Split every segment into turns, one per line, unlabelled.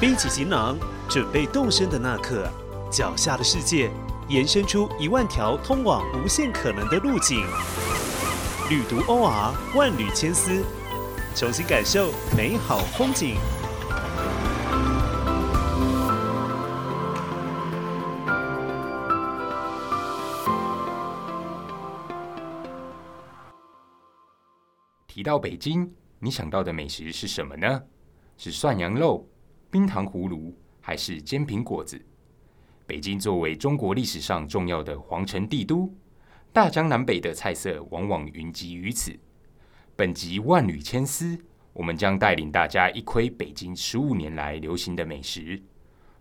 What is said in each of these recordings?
背起行囊，准备动身的那刻，脚下的世界延伸出一万条通往无限可能的路径。旅途 OR 万缕千丝，重新感受美好风景。
提到北京，你想到的美食是什么呢？是涮羊肉、冰糖葫芦，还是煎饼果子？北京作为中国历史上重要的皇城帝都，大江南北的菜色往往云集于此。本集万缕千丝，我们将带领大家一窥北京十五年来流行的美食。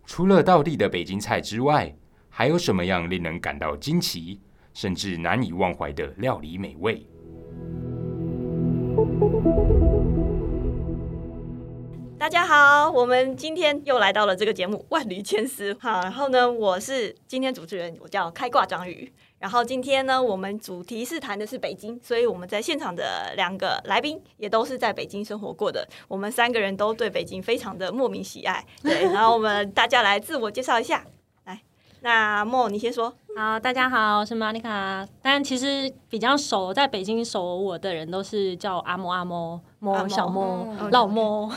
除了道地的北京菜之外，还有什么样令人感到惊奇，甚至难以忘怀的料理美味？
大家好，我们今天又来到了这个节目《万缕千丝》好，然后呢，我是今天主持人，我叫开挂章鱼。然后今天呢，我们主题是谈的是北京，所以我们在现场的两个来宾也都是在北京生活过的。我们三个人都对北京非常的莫名喜爱。对，然后我们大家来自我介绍一下。来，那莫你先说。
好，大家好，我是玛丽卡。但其实比较熟，在北京熟我的人都是叫阿莫、阿莫、
阿
莫、
嬷
小莫
哦
嗯、
老莫。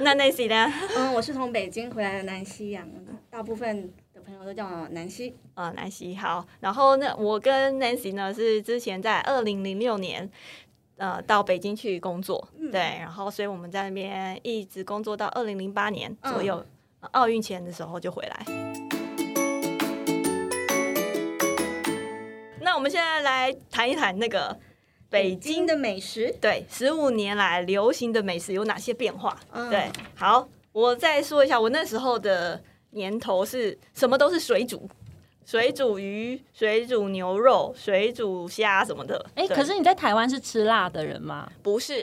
那 Nancy 呢？
嗯，我是从北京回来的南西养的，大部分的朋友都叫我南西。
呃，南希好，然后呢，我跟 Nancy 呢是之前在二零零六年，呃，到北京去工作，
嗯
对，然后所以我们在那边一直工作到二零零八年左
嗯
右，呃奥运前的时候就回来。那我们现在来谈一谈那个北京
京的美食，
对，十五年来流行的美食有哪些变化？
嗯
对，好，我再说一下，我那时候的年头是什么都是水煮，水煮鱼、水煮牛肉、水煮虾什么的。
哎、
对
可是你在台湾是吃辣的人吗？
不是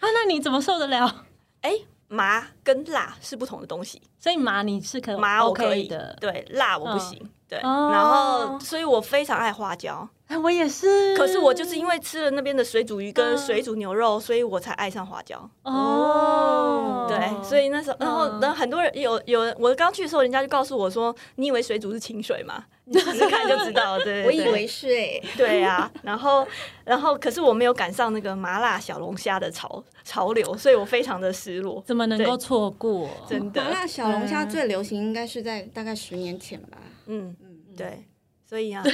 啊，那你怎么受得了？
麻跟辣是不同的东西，
所以麻你是可
麻我可
哦 OK
以，
的，
对，辣我不
嗯
行。对，
哦
然后所以我非常爱花椒，
哎，我也是。
可是我就是因为吃了那边的水煮鱼跟
嗯
水煮牛肉，所以我才爱上花椒。
哦，
对，所以那时候，然后
嗯
然后很多人有有人，我刚去的时候，人家就告诉我说：“你以为水煮是清水吗？你试试看就知道。”对，对
我以
对
为是哎、
对啊，然后然后可是我没有赶上那个麻辣小龙虾的潮潮流，所以我非常的失落，
怎么能够
对
错过？
真
麻
的，
辣小龙
嗯
虾最流行应该是在大概十年前吧。
嗯，
嗯，
对，所以啊，
哎。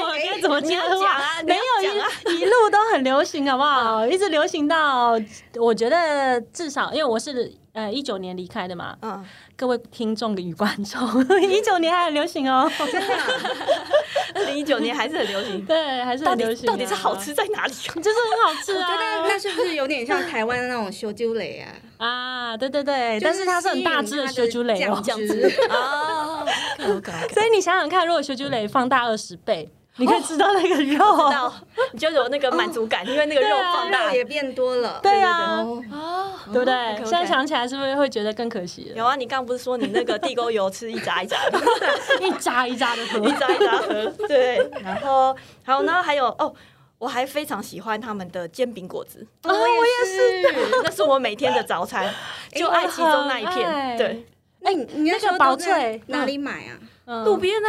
我
哎
该
哎
怎么
你
接
要
的
讲
话？
啊，你
没
要
有
讲啊，嗯
一一路都很流行，好不好？一直流行到我觉得至少，因为我是呃一九年离开的嘛，
嗯，
各位听众与观众， 一九年还很流 行哦，
二零一九年还是很流 行，
对，还是
到
很流
底
行啊、
到底是好吃在哪里啊？
就是很好吃
我觉得
啊
那是不是有点像台湾的那种修鸠蕾啊？
啊，对对对，
就
但
是
是它是很大只的
吸引它
修
的
猪蕾哦
酱，汁
哦，可可 可，
所以你想想看，如果修猪蕾放大二十
哦
倍，你可以吃到那个肉，
到你就有那个满足感，因为那个肉
对啊
放大
肉也变多了。
对啊，
哦，
哦，
对不对？
OK，OK
现在想起来是不是会觉得更可惜
有
了？
啊，你刚不是说你那个地沟油吃一扎一 扎的，
一扎一扎的 喝，
一扎一扎喝，对，然后还有，然后还有哦。我还非常喜欢他们的煎饼果子，
我也是。
那是我每天的早 餐，就爱其中那一
我很
片。
爱
对，
那你你那时
那个
候
薄
都在
脆
哪里买啊？
嗯
路边呢，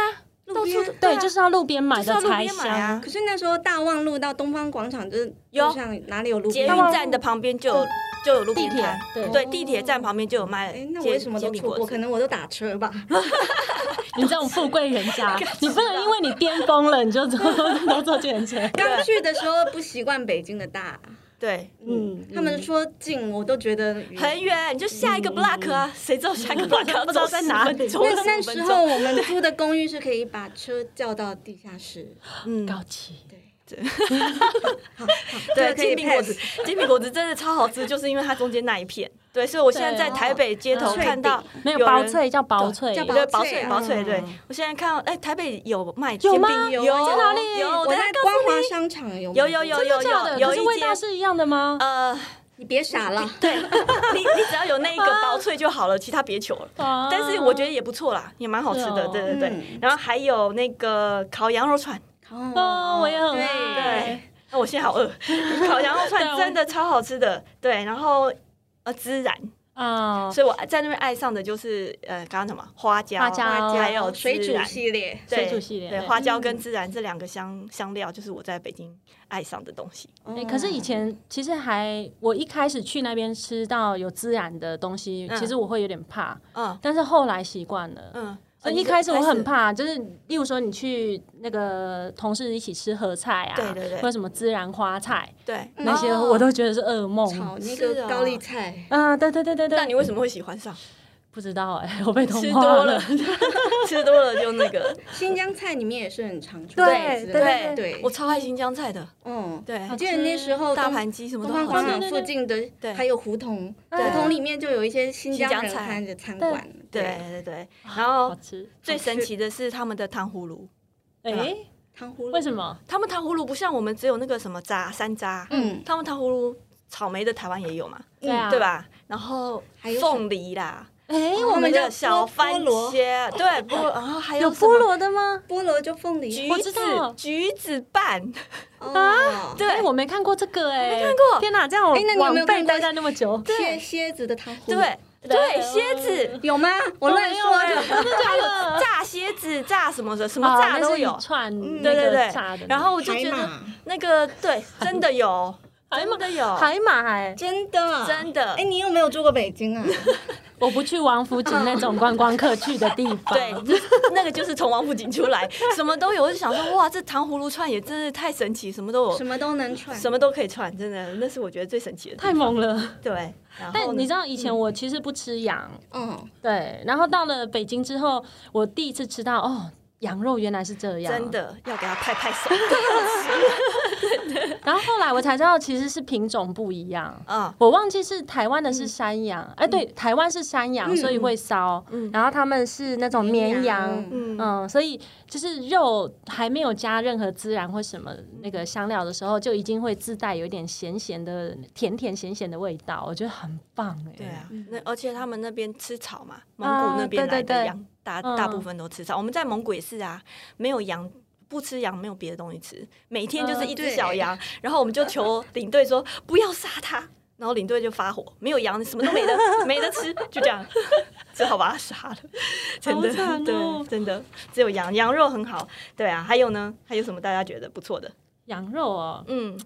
到
边
处都
对，
啊
就是要路边买
就是
的
要路
才
边买
香
啊。
可是那时候大望路到东方广场就是
有
路上哪里有路
捷
边
运
摊？
站的旁边就有就有路边摊，
地铁对
地铁站旁边就有卖
哎，那我为
煎
什么都
煎饼
错
果
过？可
子。
能我都打车吧。
你这种富贵人 家，你不能因为你巅峰 了你就坐都坐计程车。
刚去的时候不习惯北京的大，
对，
嗯
他们说近我都觉得远
很。远，你就下一
嗯
个 block 啊，谁知道下一个 block 要
不知
走
道在
10
哪
分
里
钟15
那那
分
时
钟
候我们租的公寓是可以把车叫到地下室，
嗯，
高级。
对，
这个可以
煎饼果
pass
子，煎饼果子真的超好吃，就是因为它中间那一片。对，所以我现在在台北街头
对
看到
没有
有
薄
人
啊嗯脆叫薄脆，
叫薄
对薄
薄
脆
脆
薄脆，
嗯
对我现在看到哎，台北有卖
有
煎
吗
饼，有
有在
哪里
有，
我
等
在
下
光华商场有
有
买
有有
真
有
的假的？
有有
可是
一
味道
间
是一样的吗？
呃，
你别傻了，
对你你只要有那一个薄脆就好了，其他别求了。
啊
但是我觉得也不错啦，也蛮好吃
是
的，
哦
对对对
嗯。
然后还有那个烤羊肉串，
哦，我也很
对
哦
爱。
那 我现在好饿，烤羊肉
对
串
我
真的超好吃的，对。然后呃，孜然，
啊，
所以我在那边爱上的就是呃，刚刚什么花椒、
花椒
还有
水
孜
煮
然
系列，
啊对
水煮系列嗯
对
对
花椒跟孜然这两个香香料，就是我在北京爱上的东西。
哦
哎、可是以前其实还，我一开始去那边吃到有孜然的东西，
嗯
其实我会有点怕，
嗯
但是后来习惯了。
嗯，
所以一开始我很怕，就是例如说你去那个同事一起吃合菜啊，
对对对
或者什么孜然花菜
对
嗯
那些，
哦
我都觉得是噩梦。
炒那
是
个
哦
高丽菜，
啊，对对对对对，
那你为什么会喜欢上？
不知道哎、我被同
吃
化
多 了，吃多了就那个。
新疆菜你们也是很常出
对
的
对
对，
我超爱新疆菜的，
嗯，
对
我，记得那时候
大
东
盘鸡什么
东
都
方
好
广
吃
场
对。
附近的
嗯对
还有胡同，胡
对
同里面就有一些新疆人开的餐馆，
对对对，然后
好吃？
最神奇的是他们的糖葫芦，
哎、
糖葫芦
为什？么？
他们糖葫芦不像我们只有那个什么渣山楂，
嗯，
他们糖葫芦草莓的台湾也有嘛，
对啊，
对？吧？然后
还有
凤梨啦，
哎、
哦
我们
他们叫
的小
菠
番
菠萝
茄，对菠，然后还
有
什
菠
么
萝的吗？
菠萝就凤梨
橘
我知道
子橘子瓣，
哦，
对
哎我没看过这个哎、
没看过
天哪，这样我
哎那你有
晚
没有
辈
看过
待在那么久，
蝎蝎子的糖葫芦，
对对，蝎子。
有吗？我乱
没有
说
哎
的。
真的假的？
炸蝎子、炸什么的，什么
啊
炸
那
都
是一
有，嗯
串
对
那
对
个
对
炸的。
然后我就
海
觉得
马
那个对，真的有，真的有，
海马哎、
真的
真的
哎，你有没有住过北京啊？
我不去王府井那种观光客去的地 方。
对， 就是那个就是从王府井出来， 什么都有。我就想说，哇，这糖葫芦串也真的太神奇，什么都有
什，么都能串，
什么都可以串，真的，那是我觉得最神奇的地方。
太猛了！
对，然后
但
呢
你知道以前我其实不吃羊，
嗯，
对，然后到了北京之后，我第一次吃到哦，羊肉原来是这样，
真。的要给他拍拍 手，
然后后来我才知道其实是品种不一样，
啊，
我忘记是台湾的是山羊，哎、对，台湾是山羊，所以会烧，
嗯
然后他们是那种哦绵羊。
嗯
嗯，所以就是肉还没有加任何孜然或什么那个香料的时候，就已经会自带有一点咸咸的、甜甜咸咸的味道，我觉得很棒哎、
对啊，那而且他们那边吃草嘛，蒙古那边
啊对
来
对
的
对
羊，大
嗯
大部分都吃草。我们在蒙古也是啊，没有羊。不吃羊，没有别的东西吃，每天就是一
嗯
只
对
小羊，然后我们就 求领队说不要杀它，然后领队就发火，没有羊，什么都没得，没得吃，就这样，只好把它杀了，真的，
好惨哦
对，真的，只有羊，羊肉很好，对啊，还有呢，还有什么大家觉得不错的？
羊肉哦，
嗯，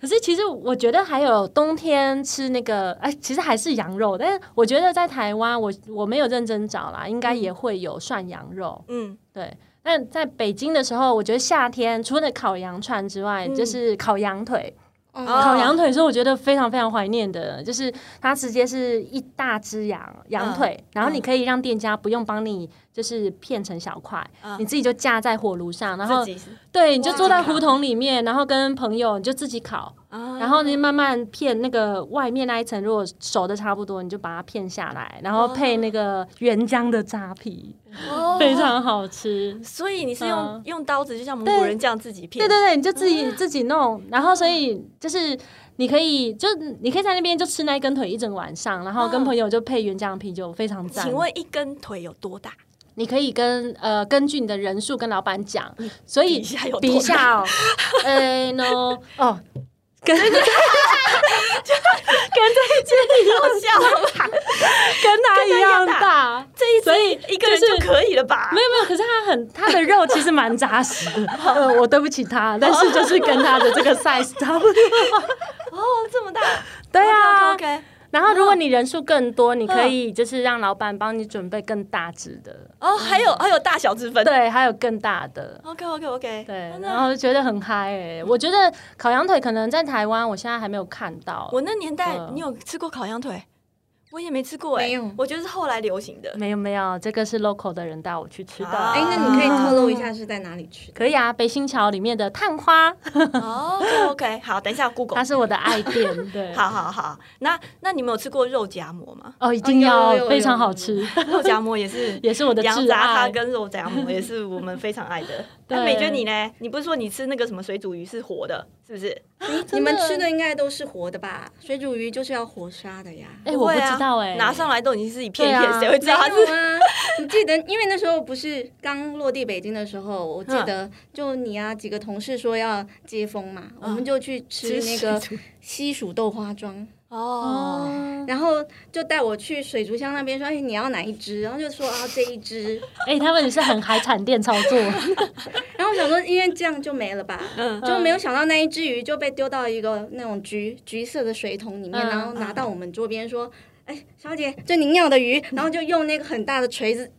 可是其实我觉得还有冬天吃那个，哎，其实还是羊肉，但是我觉得在台湾我我没有认真找啦，应该也会有涮羊肉。
嗯，
对，但在北京的时候，我觉得夏天除了烤羊串之外，
嗯
就是烤羊腿。
哦，
烤羊腿是我觉得非常非常怀念的，就是它直接是一大只羊
嗯
羊腿，然后你可以让店家不用帮你就是片成小块，
嗯
你自己就架在火炉上，然后
啊自己是
对，你就坐在
自己烤
胡同里面，然后跟朋友你就自己烤。
啊
然后你慢慢片那个外面那一层，如果熟的差不多，你就把它片下来，然后配那个原浆的扎皮，
哦
非常好吃。
所以你是用、
嗯
用刀子，就像蒙古人这样自己片。
对对对，你就自己
嗯
自己弄，然后所以就是你可以就你可以在那边就吃那一根腿一整晚上，然后跟
嗯
朋友就配原浆啤酒，非常赞。
请问一根腿有多大？
你可以跟呃根据你的人数跟老 板讲，所
比
以
一下有多
比一
大
下哦，哎 no 哦，跟 跟
好笑吧？
跟他
跟他
一样
一样大
大，
这一
所以
只一个人
就
就
是
可以了吧？
没有没有，可是它很它的肉其实蛮扎实 的，呃，我对不起它，但是就是跟它的这个 size 差不多。
哦，这么大。
对啊
OK，, o k
然后如果你人数更多，你可
嗯
以就是让老板帮你准备更大只的，
哦，还有还有大小之分。
嗯对，还有更大的。
OK OK OK。
对，然
那
后就觉得很嗨哎、我觉得烤羊腿可能在台湾，我现在还没有看到，
我那年代，
嗯
你有吃过烤羊腿？我也没吃过哎、
没有
我觉得是后来流行 的。
没有没有，这个是 local 的人带我去吃的。
啊
哎，那你可以透露一下是在哪里吃的？
可以啊，北新桥里面的探花，
哦，OK OK，好，等一下
它
Google。
是我的爱店。对，
好好好，那那你们有吃过肉夹馍吗？
哦，一定要
有有有
非常
有
好
有
吃，
肉夹馍也 是
也是我的啊
羊
挚
杂
爱
汤。跟肉夹馍也是我们非常爱 的。哎
对
那美娟你呢？你不是说你吃那个什么水煮鱼是活的，是不是？
你们吃的应该都是活的吧？水煮鱼就是要活杀的呀。
哎、我不
会啊
知道哎、
拿上来都已经是一片一片
对，啊
谁会知
没有
道它是？
啊，你记得，因为那时候不是刚落地北京的时候，我记
嗯
得就你啊几个同事说要接风嘛，我们就去吃那个西蜀豆花庄，
哦，
然后就带我去水族箱那边说，哎，你要哪一只？然后就说啊这一只，
哎、他们也是很海产店操作，
然后我想说因为这样就没了吧，
嗯
就没有想到那一只鱼就被丢到一个那种橘橘色的水桶里面，
嗯
然后拿到我们桌边说，哎，小姐，这您要的鱼，然后就用那个很大的锤子。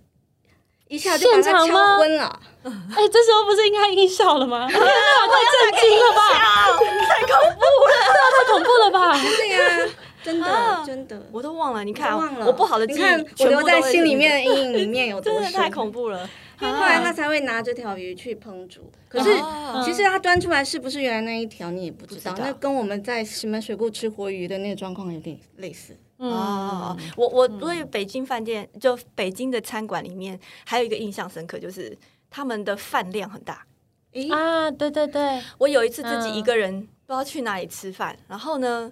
一下就把
现
它
场吗
敲昏了，
哎、这时候不是应该音效了吗？天哪，太震惊了吧！太 恐怖了，太恐怖了吧！
对呀、真的
啊
真的，
我都忘了，你
我
看啊
都忘了，
我不好的记
你
忆，
看我留在心里，面的阴影里面有多
真
深，
的太恐啊怖了。
因为后来他才会拿这条鱼去烹煮，可是。
啊
其实它端出来是不是原来那一条你也不知道，
不知道
那跟我们在石门水库吃活鱼的那个状况有点类似。
哦
嗯，，
我我对北京饭店，就北京的餐馆里面，还有一个印象深刻，就是他们的饭量很大。
诶，
啊，对对对，
我有一次自己一个人
嗯
不知道去哪里吃饭，然后呢，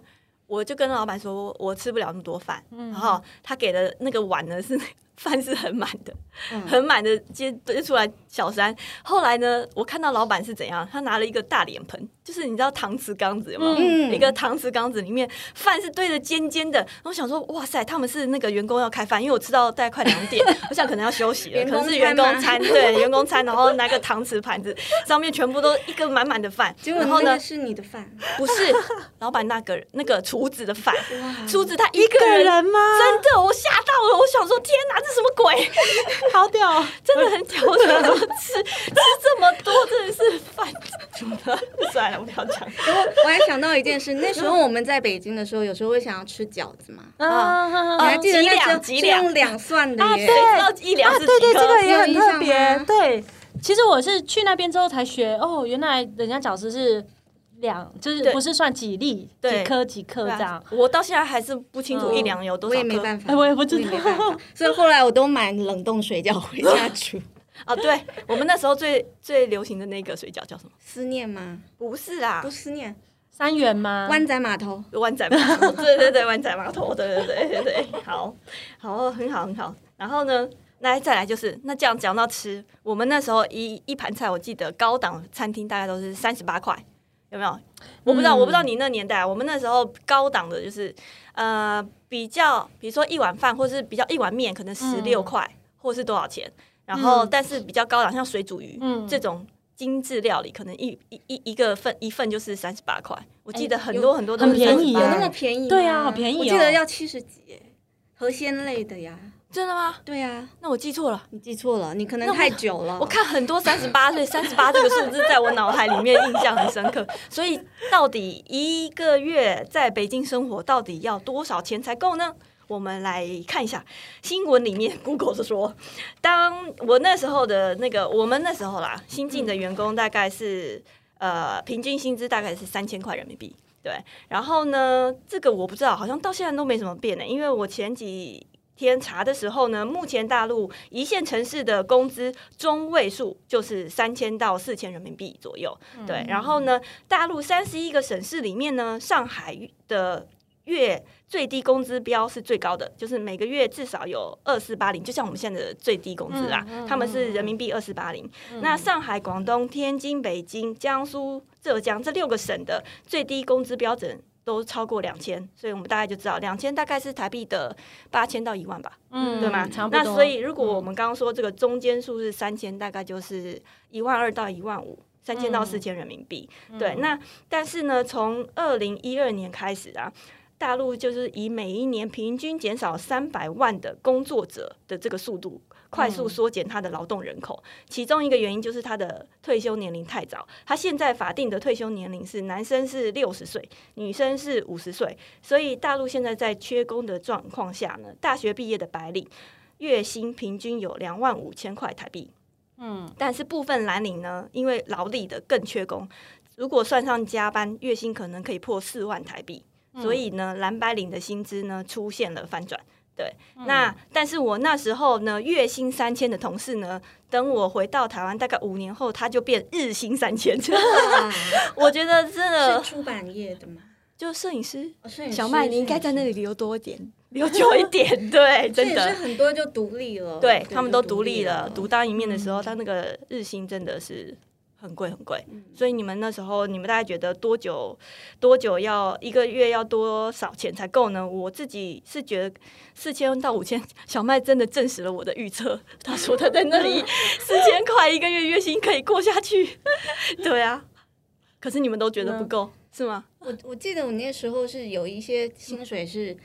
我就跟老板说我吃不了那么多饭，
嗯
然后他给的那个碗呢是饭是很满的，
嗯，
很满的接堆出来小山。后来呢，我看到老板是怎样，他拿了一个大脸盆，就是你知道搪瓷缸子有没有？
嗯
一个搪瓷缸子里面饭是堆的尖尖的，然后我想说，哇塞，他们是那个员工要开饭，因为我吃到大概快两 点，我想可能要休息了，
员
可
工
能是员工餐，对，员工餐，然后拿个搪瓷盘子，上面全部都一个满满的饭，
结果
然后
那
呢
个，是你的饭，
不是老板那个那个厨子的饭，
哇
厨子他一个人，
吗？
真的，我吓到了，我想说，天哪，这什么鬼？
好屌！
真的很挑战，怎么吃吃这么多，真的是饭煮的。算了，我不要讲。
我还想到一件事，那时候我们在北京的时候，有时候会想要吃饺子嘛，
啊啊
你还记得
几
那时
两
候
嗯几
是
两
用两蒜的
谁？
耶
知道一两
啊，
是
对
几
对，这个也很
有印
特
象
别
吗。
对，其实我是去那边之后才学，哦，原来人家饺子是两，就是
对
不是算几粒、
对
几颗、几颗
对啊
这样。
我到现在还是不清楚
嗯
一两有多
我
少
也
克
没办法，
哎我也不知道
我没办法，所以后来我都买冷冻水饺回 家煮。
啊。对我们那时候最最流行的那个水饺叫什么？
思念吗？
不是啊
不，思念，
三元
嗯
吗？
湾仔码头。
湾仔码头。对对对，湾仔码头。对对对对对，好，好，很好很好。然后呢？那再来就是，那这样讲到吃，我们那时候一一盘菜，我记得高档餐厅大概都是三十八块，有没有？我不知道，
嗯
我不知道你那年代啊，我们那时候高档的就是呃比较，比如说一碗饭，或是比较一碗面，可能十六块，或是多少钱。然后，
嗯
但是比较高档，像水煮鱼、
嗯
这种精致料理，可能一一一一个份一份就是三十八块。我记得很多很多都
哎很
是
便
38
宜
有
耶
那么便宜吗？
对啊好便宜哦
我记得要七十几耶，河鲜类的呀。
真的吗？
对啊，
那我记错了。
你记错了，你可
那
能
我
太久了。
我看很多三十八岁、三十八这个数字在我脑海里面印象很深刻，所以到底一个月在北京生活到底要多少钱才够呢？我们来看一下新闻里面 Google 是说，当我那时候的那个我们那时候啦，新进的员工大概是、呃平均薪资大概是三千块人民币。对，然后呢，这个我不知道，好像到现在都没什么变呢，因为我前几天查的时候呢，目前大陆一线城市的工资中位数就是三千到四千人民币左右，
嗯
对。然后呢，大陆三十一个省市里面呢，上海的月最低工资标是最高的，就是每个月至少有二四八零，就像我们现在的最低工资啊，
嗯嗯嗯
他们是人民币二四八零。那上海、广东、天津、北京、江苏、浙江这六个省的最低工资标准。都超过两千，所以我们大概就知道，两千大概是台币的八千到一万吧。
嗯
对吗？
差不多。嗯
那所以如果我们刚刚说这个中间数是三千，大概就是一万二到一万五。三千到四千人民币，
嗯
对。那但是呢，从二零一二年开始啊，大陆就是以每一年平均减少三百万的工作者的这个速度，快速缩减它的劳动人口。其中一个原因就是它的退休年龄太早，它现在法定的退休年龄是男生是六十岁，女生是五十岁。所以大陆现在在缺工的状况下呢，大学毕业的白领月薪平均有两万五千块台币。嗯，但是部分蓝领呢，因为劳力的更缺工，如果算上加班，月薪可能可以破四万台币。所以呢，蓝白领的薪资呢出现了翻转。对，那但是我那时候呢，月薪三千的同事呢，等我回到台湾大概五年后，他就变日薪三千。 我觉得真
哇
的
是出版业的吗？
就摄影师
哦摄影师
小麦，你应该在那里留多一点，留久一点，
摄
对，
影师
真
摄影师
的，
很多就独立了，嗯
对
就
他们都独立了，独
独
当一面的时候，他那个日薪真的是很贵很贵。
嗯
所以你们那时候，你们大概觉得多久多久要一个月要多少钱才够呢？我自己是觉得四千到五千，小麦真的证实了我的预测，他说他在那 里四千块一个月月薪可以过下去。 对啊，可是你们都觉
嗯
得不够。是吗？
我我记得我那时候是有一些薪水是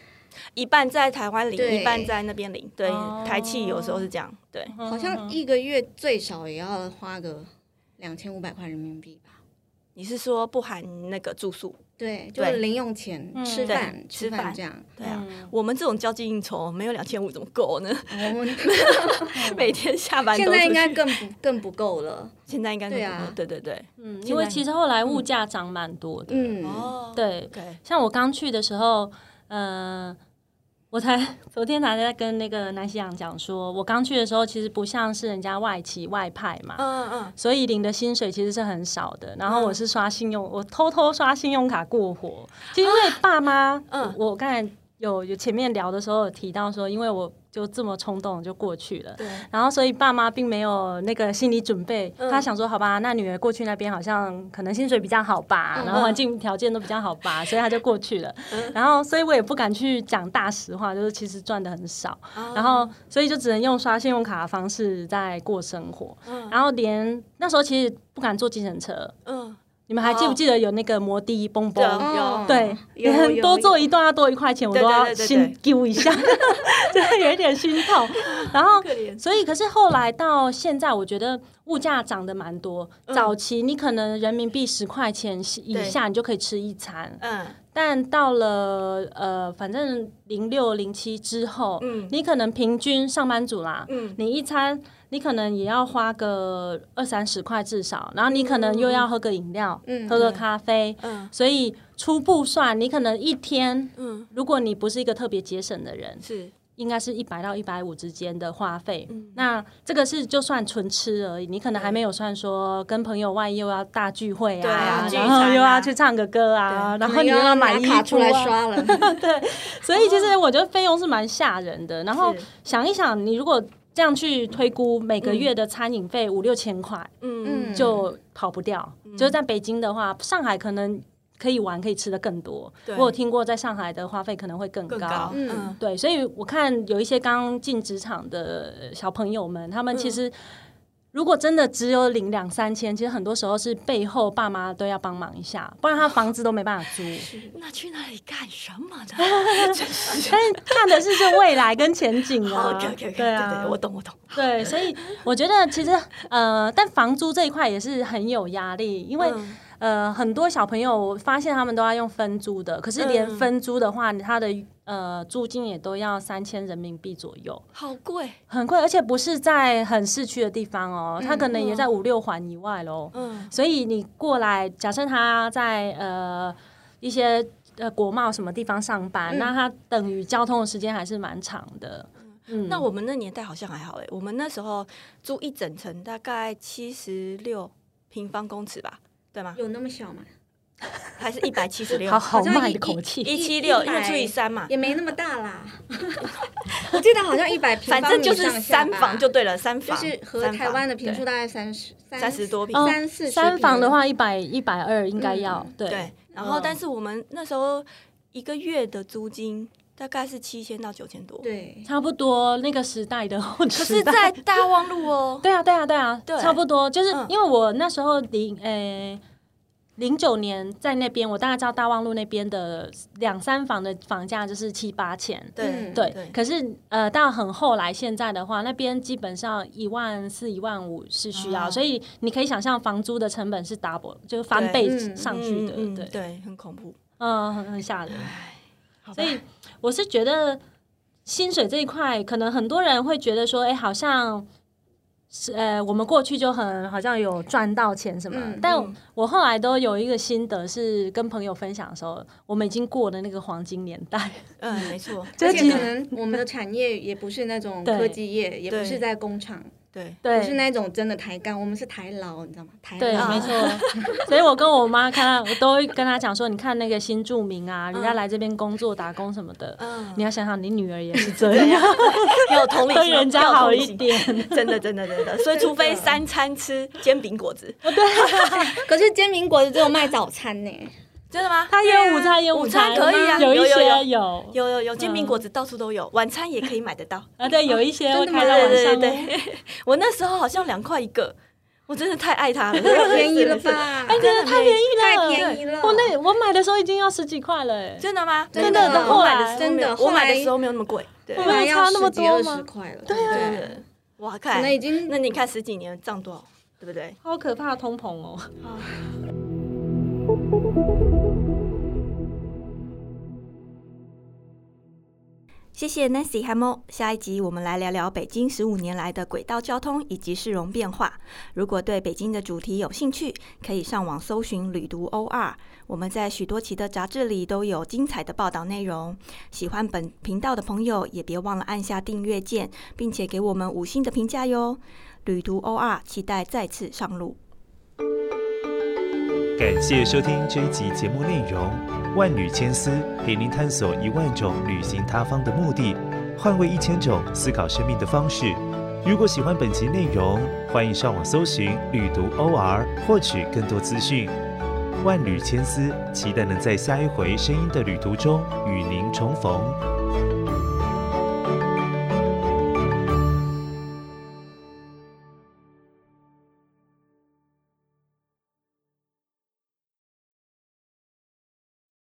一半在台湾领，
对嗯
一半在那边领。对，
哦
台气有时候是这样。对，
好像一个月最少也要花个两千五百块人民币吧。
你是说不含那个住宿？
对，就
对
零用钱、
嗯
吃饭
对、
吃
吃
饭
饭
这样。
对啊，我们这种交际应酬没有两千五怎么够呢？
我们
每天下班都
现在
出
应该
去
更不更不够了。
现在应该
对
更不够
啊
对对对，
嗯，
在
因为其实后来物价涨蛮多的，
嗯，
哦，
对，
，OK，
像我刚去的时候，呃，我才昨天才在跟那个南希阳讲说，我刚去的时候其实不像是人家外企外派嘛，
嗯嗯
所以领的薪水其实是很少的。然后我是刷信用，我偷偷刷信用卡过活。其实因为爸妈，
啊嗯
我我刚才有有前面聊的时候有提到说，因为我就这么冲动就过去了。
嗯，
然后，所以爸妈并没有那个心理准备，
嗯
他想说，好吧，那女儿过去那边好像可能薪水比较好吧，
嗯
然后环境条件都比较好 吧，所以他就过去了。
嗯
然后，所以我也不敢去讲大实话，就是其实赚的很少，
对
然后所以就只能用刷信用卡的方式在过生活。
嗯
然后连那时候其实不敢坐计程车，
嗯，
你们还记不
哦
记得有那个摩的蹦蹦？
对啊
哦
对，
有
连
有
多做
有
一段要多一块钱，我
对
都
对
要
对对
心揪一下， 对，有一点心痛。然后
可怜，
所以，可是后来到现在，我觉得物价涨得蛮多。
嗯
早期你可能人民币十块钱以
对
下，你就可以吃一餐，
嗯
但到了呃，反正零六零七之后，
嗯
你可能平均上班族啦，
嗯
你一餐你可能也要花个二三十块至少，然后你可能又要喝个饮料，
嗯
喝个咖啡，
嗯
所以初步算，你可能一天，
嗯，
如果你不是一个特别节省的人，
是，
应该是一百到一百五之间的花费。那这个是就算纯吃而已，你可能还没有算说跟朋友万一又要大聚会
对
啊
啊，
然
聚餐
后
啊
又要去唱个歌啊，然后你
又
又
要
要
拿
买衣服、
卡
啊、
出来刷了。
所以其实我觉得费用是蛮吓人的。然后
是
想一想，你如果这样去推估每个月的餐饮费五六千块，
嗯
嗯
就跑不掉。就是在北京的话，上海可能可以玩，可以吃的更多。
对
我有听过，在上海的花费可能会更
更高，嗯
对，所以我看有一些刚进职场的小朋友们，他们
嗯
其实如果真的只有领两三千，其实很多时候是背后爸妈都要帮忙一下，不然他房子都没办法租。
那去那里干什么呢？
但是看的是这未来跟前景 啊
OK OK OK，
对啊，
我懂我懂，
对，所以我觉得其实呃，但房租这一块也是很有压力，因为、
嗯
呃，很多小朋友我发现他们都要用分租的，可是连
嗯
分租的话，他的呃租金也都要三千人民币左右，
好贵，
很贵，而且不是在很市区的地方哦，他可能也在五六环以外喽。
嗯
所以你过来，假设他在呃一些呃国贸什么地方上班，那他等于交通的时间还是蛮长的。嗯，
那我们那年代好像还好哎、我们那时候租一整层大概七十六平方公尺吧，对吗？
有那么小吗？
还是一百七十六？
好豪
好像
迈
一
的口
一
气，
一七六，因为
100
除以三嘛，
也没那么大啦。 我记得好像一百平
反
方
正
米
就是
上下
三
吧
房就对了，三
就
房
是和
三
台
房
湾的平
对
数大概三十
三十多平
哦
三四十
三
平
房的，话，一百一百二应该
嗯
要、对。
对，然后
嗯
但是我们那时候一个月的租金大概是七千到九千多，
对，
差不多那个时代的，可
可是，在大望路哦，
对啊，对啊，对啊，
对
差不多，就是
嗯
因为我那时候零诶零九年在那边，我大概知道大望路那边的两三房的房价就是七八千，
嗯
对
对，
对
可是呃，到很后来现在的话，那边基本上一万四、一万五是需要，
哦
所以你可以想象房租的成本是 double，就是翻
对
倍
嗯
上去的，
嗯嗯
对，
嗯对，很恐怖，
嗯，很很吓人。
好吧
所以我是觉得薪水这一块，可能很多人会觉得说，哎、好像是呃，我们过去就很好像有赚到钱什么，
嗯
但
嗯
我后来都有一个心得，是跟朋友分享的时候，我们已经过了那个黄金年 代，
嗯，没错，
这
而
其
且
实
可能我们的产业也不是那种
对
科技业，也不
对
是在工厂，
对，
对，
不是那种真的台干，我们是台劳，你知道吗？台
对，
啊
劳
没错。所以我跟我妈看到，我都会跟她讲说，你看那个新住民啊，人家来这边工作打工什么的，
嗯啊
你要想想，你女儿也是这 样，
有同理
对
心，
人家
要有
好
同理
一
心。
点。
真的，真的，真的，所以除非三餐吃煎饼果子，
可是煎饼果子只有卖早餐 呢、
真的吗？
她也有午餐，也有
啊午
餐
餐可以啊，
有一
有有
些
有
有
有有有煎饼果子到处都有，晚餐也可以买得到。
啊，对，有一些会
真的吗
开到晚
对对
上
对
的。
对，我那时候好像两块一个，我真的太爱它了，
太便宜了吧？
哎，真的太便宜了，
太便宜了！
我那我买的时候已经要十几块了，哎，
真的吗？
真
的到后来
我买的时候
真的
没有
后来
我买的时候没有那么贵。对
我
我
们
们
有差
要
那么多
十几二
吗
十块了，
对啊
不
对，哇，
可
看
能已经
那你看十几年涨多少，对不对？
好可怕的通膨哦。
谢谢 Nancy 和 Mo。下一集我们来聊聊北京十五年来的轨道交通以及市容变化。如果对北京的主题有兴趣，可以上网搜寻“旅读 OR”。我们在许多期的杂志里都有精彩的报道内容。喜欢本频道的朋友也别忘了按下订阅键，并且给我们五星的评价哟。旅途 OR 期待再次上路。
感谢收听这一集节目内容。万缕千丝陪您探索一万种旅行他方的目的，换位一千种思考生命的方式。如果喜欢本集内容，欢迎上网搜寻“旅读 OR” 获取更多资讯。万缕千丝，期待能在下一回声音的旅途中与您重逢。